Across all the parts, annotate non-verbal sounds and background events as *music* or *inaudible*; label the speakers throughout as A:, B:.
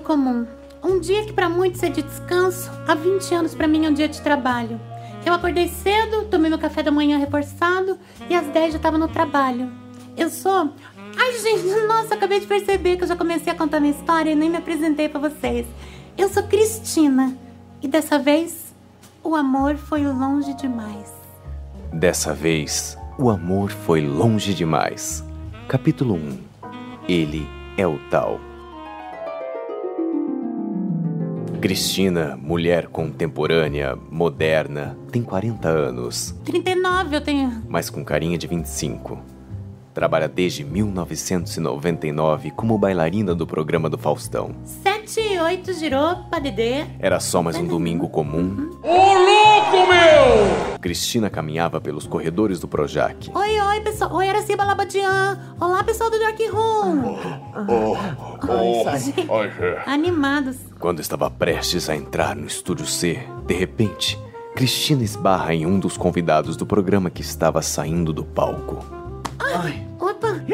A: comum. Um dia que para muitos é de descanso, há 20 anos para mim é um dia de trabalho. Eu acordei cedo, tomei meu café da manhã reforçado e às 10 já estava no trabalho. Eu sou. Ai, gente, *laughs* nossa, acabei de perceber que eu já comecei a contar minha história e nem me apresentei para vocês. Eu sou Cristina e dessa vez o amor foi longe demais.
B: Dessa vez, o amor foi longe demais. Capítulo 1 Ele é o tal. Cristina, mulher contemporânea, moderna, tem 40 anos,
A: 39 eu tenho.
B: mas com carinha de 25. Trabalha desde 1999 como bailarina do programa do Faustão.
A: 7 e 8 girou pra Dedê.
B: Era só mais um domingo comum. Ô louco, meu! Cristina caminhava pelos corredores do Projac.
A: Oi, oi, pessoal. Oi, Araciba Labadian. Olá, pessoal do Dark Room. Animados.
B: Quando estava prestes a entrar no estúdio C, de repente, Cristina esbarra em um dos convidados do programa que estava saindo do palco.
A: Opa.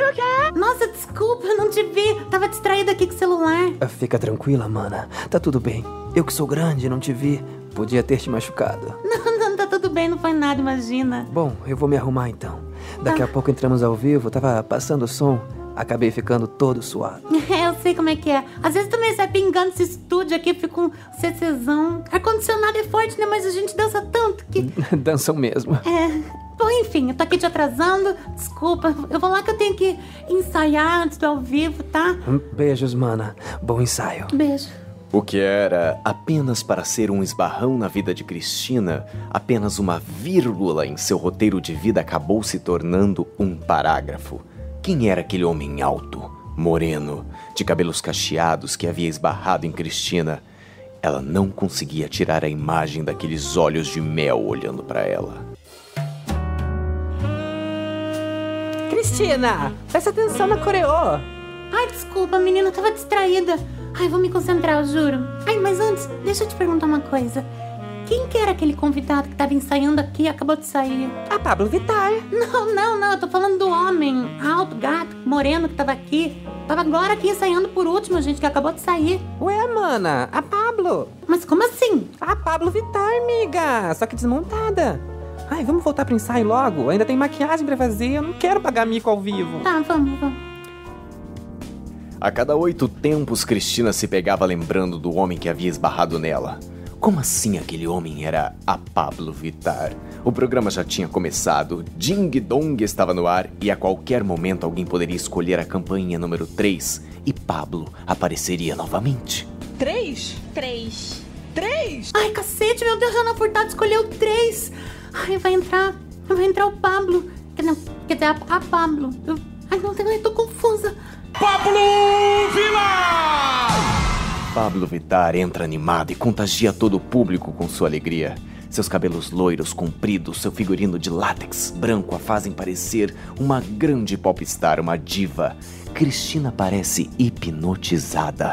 A: Nossa, desculpa, eu não te vi. Tava distraída aqui com o celular. *laughs*
C: Ah, Fica tranquila, mana. Tá tudo bem. Eu que sou grande, não te vi. Podia ter te machucado.
A: Não, não, tá tudo bem, não foi nada, imagina. *laughs*
C: Bom, eu vou me arrumar então. Daqui a pouco entramos ao vivo, tava passando o som, acabei ficando todo suado. *laughs*
A: É, eu sei como é que é. Às vezes também sai pingando esse estúdio aqui, fica um CCzão. Ar-condicionado é forte, né? Mas a gente dança tanto que.
C: Dançam mesmo.
A: É. Bom, enfim, eu tô aqui te atrasando. Desculpa, eu vou lá que eu tenho que ensaiar antes do ao vivo, tá?
C: Hum, Beijos, mana. Bom ensaio.
A: Beijo.
B: O que era apenas para ser um esbarrão na vida de Cristina, apenas uma vírgula em seu roteiro de vida acabou se tornando um parágrafo. Quem era aquele homem alto, moreno, de cabelos cacheados que havia esbarrado em Cristina? Ela não conseguia tirar a imagem daqueles olhos de mel olhando para ela.
D: Cristina, presta atenção na coreô.
A: Ai, desculpa, menina, eu tava distraída. Ai, vou me concentrar, eu juro. Ai, mas antes, deixa eu te perguntar uma coisa. Quem que era aquele convidado que tava ensaiando aqui e acabou de sair?
D: A Pablo Vittar.
A: Não, não, não, eu tô falando do homem alto, gato, moreno que tava aqui. Tava agora aqui ensaiando por último, gente, que acabou de sair.
D: Ué, mana, a Pablo.
A: Mas como assim?
D: A Pablo Vittar, amiga. Só que desmontada. Ai, vamos voltar pro ensaio logo? Ainda tem maquiagem pra fazer. Eu não quero pagar mico ao vivo.
A: Tá, vamos, vamos.
B: A cada oito tempos, Cristina se pegava lembrando do homem que havia esbarrado nela. Como assim aquele homem era a Pablo Vittar? O programa já tinha começado, Ding Dong estava no ar e a qualquer momento alguém poderia escolher a campainha número 3 e Pablo apareceria novamente.
D: Três?
E: Três.
A: Ai, cacete, meu Deus, Ana Furtado escolheu três. Ai, vai entrar, vai entrar o Pablo. Quer não, quer dizer, a, a Pablo. Eu- ai, não, eu tô confusa.
B: Pablo Vittar entra animado e contagia todo o público com sua alegria. Seus cabelos loiros, compridos, seu figurino de látex branco a fazem parecer uma grande popstar, uma diva. Cristina parece hipnotizada.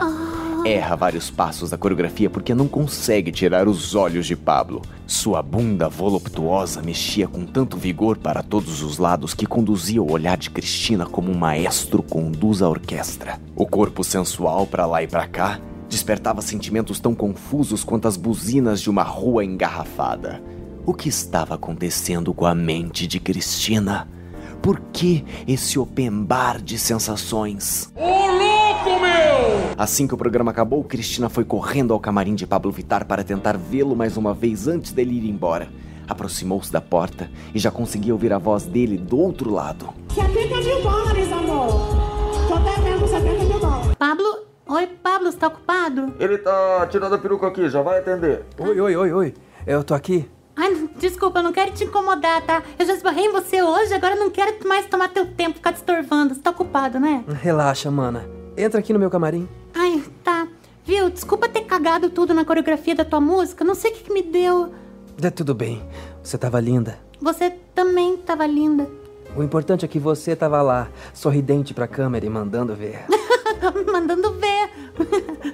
B: Erra vários passos da coreografia porque não consegue tirar os olhos de Pablo. Sua bunda voluptuosa mexia com tanto vigor para todos os lados que conduzia o olhar de Cristina como um maestro conduz a orquestra. O corpo sensual para lá e para cá despertava sentimentos tão confusos quanto as buzinas de uma rua engarrafada. O que estava acontecendo com a mente de Cristina? Por que esse open bar de sensações? Assim que o programa acabou, Cristina foi correndo ao camarim de Pablo Vittar para tentar vê-lo mais uma vez antes dele ir embora. Aproximou-se da porta e já conseguia ouvir a voz dele do outro lado.
F: 70 mil dólares, amor. Tô devendo 70 mil dólares.
A: Pablo, oi, Pablo, você tá ocupado?
G: Ele tá tirando a peruca aqui, já vai atender.
C: Oi, oi, oi, oi. Eu tô aqui.
A: Ai, não- desculpa, eu não quero te incomodar, tá? Eu já esbarrei em você hoje, agora eu não quero mais tomar teu tempo, ficar te estorvando. Você tá ocupado, né?
C: Relaxa, mana. Entra aqui no meu camarim.
A: Ai, tá. Viu, desculpa ter cagado tudo na coreografia da tua música, não sei o que, que me deu.
C: É tudo bem. Você tava linda.
A: Você também tava linda. *laughs*
C: O importante é que você tava lá, sorridente pra câmera e mandando ver.
A: Mandando ver.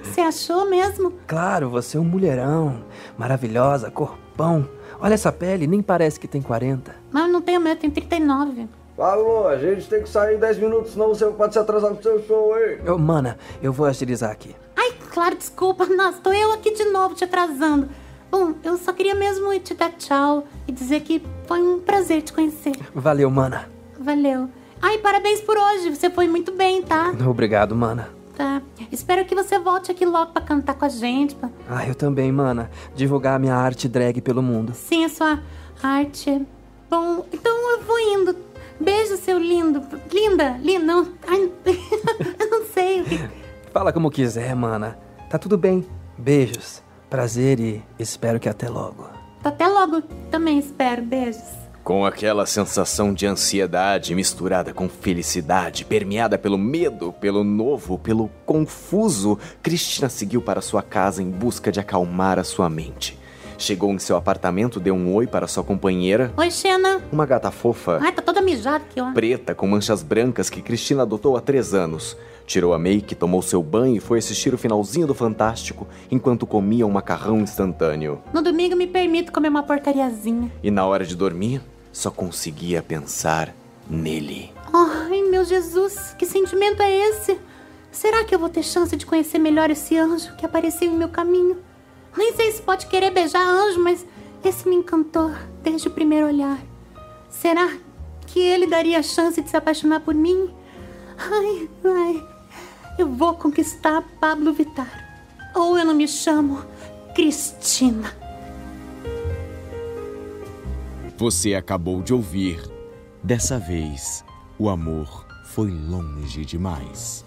A: *laughs* Você achou mesmo?
C: Claro, você é um mulherão. Maravilhosa, corpão. Olha essa pele, nem parece que tem 40.
A: Mas eu não tenho medo, tenho 39.
G: Falou, a gente tem que sair em 10 minutos, senão você pode se atrasar pro seu show, hein?
C: Ô, mana, eu vou agilizar aqui.
A: Ai, claro, desculpa. *laughs* Nossa, tô eu aqui de novo te atrasando. Bom, eu só queria mesmo te dar tchau e dizer que foi um prazer te conhecer.
C: Valeu, mana.
A: Valeu. Ai, parabéns por hoje. Você foi muito bem, tá?
C: Obrigado, mana.
A: Tá. Espero que você volte aqui logo pra cantar com a gente. pra-
C: Ah, eu também, mana. Divulgar a minha arte drag pelo mundo.
A: Sim, a sua arte. Bom, então eu vou indo. Beijo, seu lindo. Linda, linda. Não, ai, *laughs* eu não sei. o que-
C: Fala como quiser, mana. Tá tudo bem. Beijos. Prazer e espero que até logo.
A: Tá Até logo. Também espero. Beijos.
B: Com aquela sensação de ansiedade misturada com felicidade, permeada pelo medo, pelo novo, pelo confuso, Cristina seguiu para sua casa em busca de acalmar a sua mente. Chegou em seu apartamento, deu um oi para sua companheira,
A: Oi, Xena.
B: uma gata fofa,
A: Ai, tá toda mijada aqui, ó.
B: preta com manchas brancas que Cristina adotou há três anos. Tirou a make, tomou seu banho e foi assistir o finalzinho do Fantástico enquanto comia um macarrão instantâneo.
A: No domingo me permito comer uma porcariazinha.
B: E na hora de dormir, só conseguia pensar nele.
A: Ai, meu Jesus, que sentimento é esse? Será que eu vou ter chance de conhecer melhor esse anjo que apareceu em meu caminho? Nem sei se pode querer beijar anjo, mas esse me encantou desde o primeiro olhar. Será que ele daria a chance de se apaixonar por mim? Ai, ai, eu vou conquistar Pablo Vittar. Ou eu não me chamo Cristina.
E: Você acabou de ouvir. Dessa vez, o amor foi longe demais.